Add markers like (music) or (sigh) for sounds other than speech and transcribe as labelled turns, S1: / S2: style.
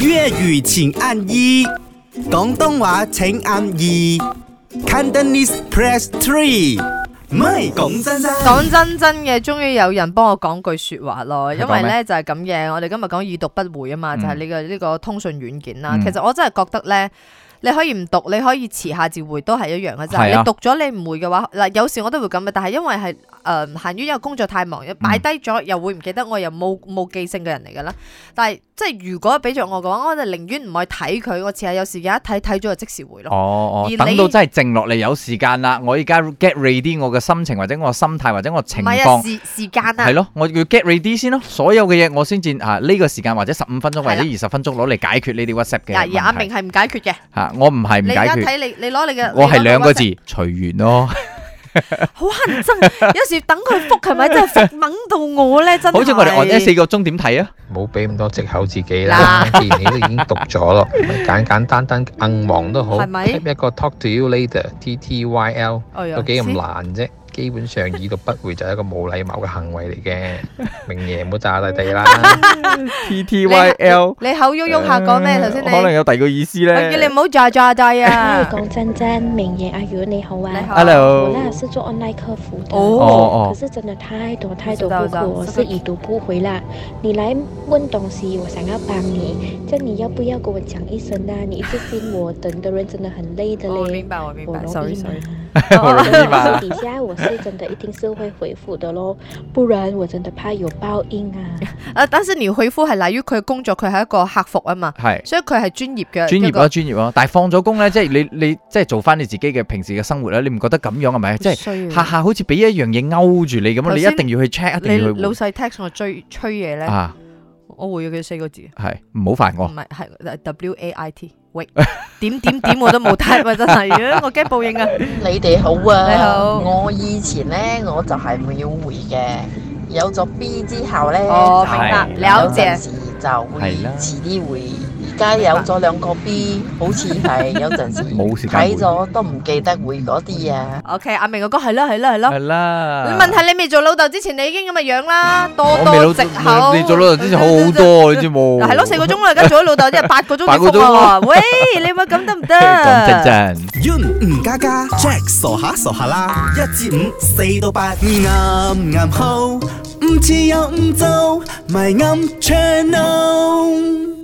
S1: 粤语请按一，广东话请按二，Cantonese press three。唔係講真真，
S2: 講真真嘅，終於有人幫我講句説話咯，因為
S3: 講
S2: 咧
S3: 咩
S2: 就係咁嘅。我哋今日講已讀不回啊嘛，就係呢個呢個通訊軟件啦。
S3: 嗯
S2: 其實我真係覺得咧。你可以唔讀，你可以遲下至回都係一樣嘅啫。
S3: 係啊
S2: 你讀咗你唔回嘅話，嗱有時我都會咁嘅，但係因為係誒、呃、限於因為工作太忙，擺
S3: 嗯
S2: 低咗又會唔記得，我又冇冇記性嘅人嚟㗎啦。但係即係如果俾着我嘅話，我就寧願唔去睇佢，我遲下有時有一睇睇咗就即時回咯。
S3: 哦
S2: 而
S3: 哦，等
S2: 你
S3: 到真係靜落嚟有時間啦，我而家 get ready 我嘅心情或者我心態或者我
S2: 唔
S3: 情
S2: 係啊，
S3: 況。
S2: 時時間啊
S3: 係。咯，我要 get ready 先咯，所有嘅嘢我先至啊呢個時間或者十五分鐘或者二十分鐘攞嚟解決呢啲 WhatsApp 嘅
S2: 嗱，而阿
S3: 問
S2: 明
S3: 題
S2: 係唔解決嘅。
S3: 嚇，我唔係唔
S2: 你而
S3: 解
S2: 家
S3: 決，
S2: 睇你，你攞你嘅，你
S3: 我
S2: 攞
S3: 係
S2: 你
S3: 兩個
S2: WhatsApp
S3: 字，隨緣咯。
S2: 好恨憎，有時等佢覆係咪真係覆掹到我咧？真係
S3: 好似我哋按一四個鐘點睇啊？
S4: 唔好俾咁多藉口自己啦。既然你都已經讀咗
S2: (laughs)
S4: 咯，咪簡簡單單硬望都好
S2: 係咪
S4: ，type 一個 talk to you later，T T Y L，
S2: 哎呀
S4: 有幾咁
S2: 知
S4: 難啫？基本上已讀不回就係一個冇禮貌嘅行為嚟嘅，明爺唔好炸大地啦。
S3: T T
S2: 你
S3: L，Ờ,
S2: 你口喐喐下講咩頭先你？
S3: 可能有第二個意思
S2: 我叫你
S3: 咧
S2: 唔。好炸炸炸啊！
S5: 讲真真，明爷阿如你好啊，
S2: 你好
S3: Hello，
S5: 我呢是做 online 客服的，
S2: 哦
S3: 哦
S5: 可是真的太多太
S2: 知
S5: 多
S2: 道
S5: 顾
S2: 知道
S5: 客，我是已读不回啦。你来问东西，我想要帮你，叫你要不要跟我讲一声啊？你一直盯我，等的人真的很累的
S2: 我
S5: 嘞
S2: 明。白，我哦明
S5: 我
S2: 白
S5: 容
S2: ，sorry
S5: 易 (laughs)
S2: sorry。
S5: 嘛，
S3: (laughs) 我容易
S5: 所
S3: 嘛
S5: 以？底下我是真的一定是会回复的咯，不然我真的怕有报应啊。
S2: 啊，但是廖許夫係賴於佢工作，佢係一個客服啊嘛，
S3: 係。
S2: 所以佢係專業嘅。
S3: 專業
S2: 啊
S3: 咯，，專業咯，但係放咗工咧，即係你你即係做翻你自己嘅平時嘅生活啦，你唔覺得咁樣係咪？即係
S2: 係
S3: 下下好似俾一樣嘢勾住你咁
S2: 頭
S3: 樣，你
S2: 先
S3: 一定要去 check，一
S2: 你
S3: 定要去
S2: 老
S3: 換
S2: 細 text 我追催嘢咧，
S3: 啊，
S2: 我回咗佢四個字，
S3: 係唔好煩
S2: 唔
S3: 我。
S2: 係係 W A I T。喂，點點點我都冇 type 啊！真係，啊我驚報應啊！
S6: 你哋好啊！
S2: 你好
S6: 我以前呢，我就係唔要回嘅，有咗 B 之後呢，
S2: 哦，
S6: 就
S2: 明白，
S3: 係
S2: 了
S6: 有
S2: 解
S6: 陣。時就會
S3: 係啦
S6: 遲啲回。而家有咗兩個 B，好似
S3: (laughs)
S6: 係有陣時
S3: 冇時間回
S6: 睇咗都唔記得回嗰啲啊。
S2: OK，阿明哥哥係啦係啦係啦
S3: 係。啦。
S2: 你問題你未做老豆之前，你已經咁嘅樣啦，多
S3: 我未
S2: 多
S3: 老
S2: 藉口。
S3: 你做老豆之前好好。
S2: (laughs)
S3: 多，你知冇？
S2: 係咯，四個鐘啦，而家做咗老豆即係八個鐘
S3: 八個
S2: 先
S3: 鐘
S2: 覆我。喂，你咪咁得
S3: (laughs)
S2: 唔得？
S3: (laughs) 講真真。
S1: Yun 吳家家，Jack 傻下傻下啦，一至五，四到八，啱啱好，唔似有唔做，咪啱 channel。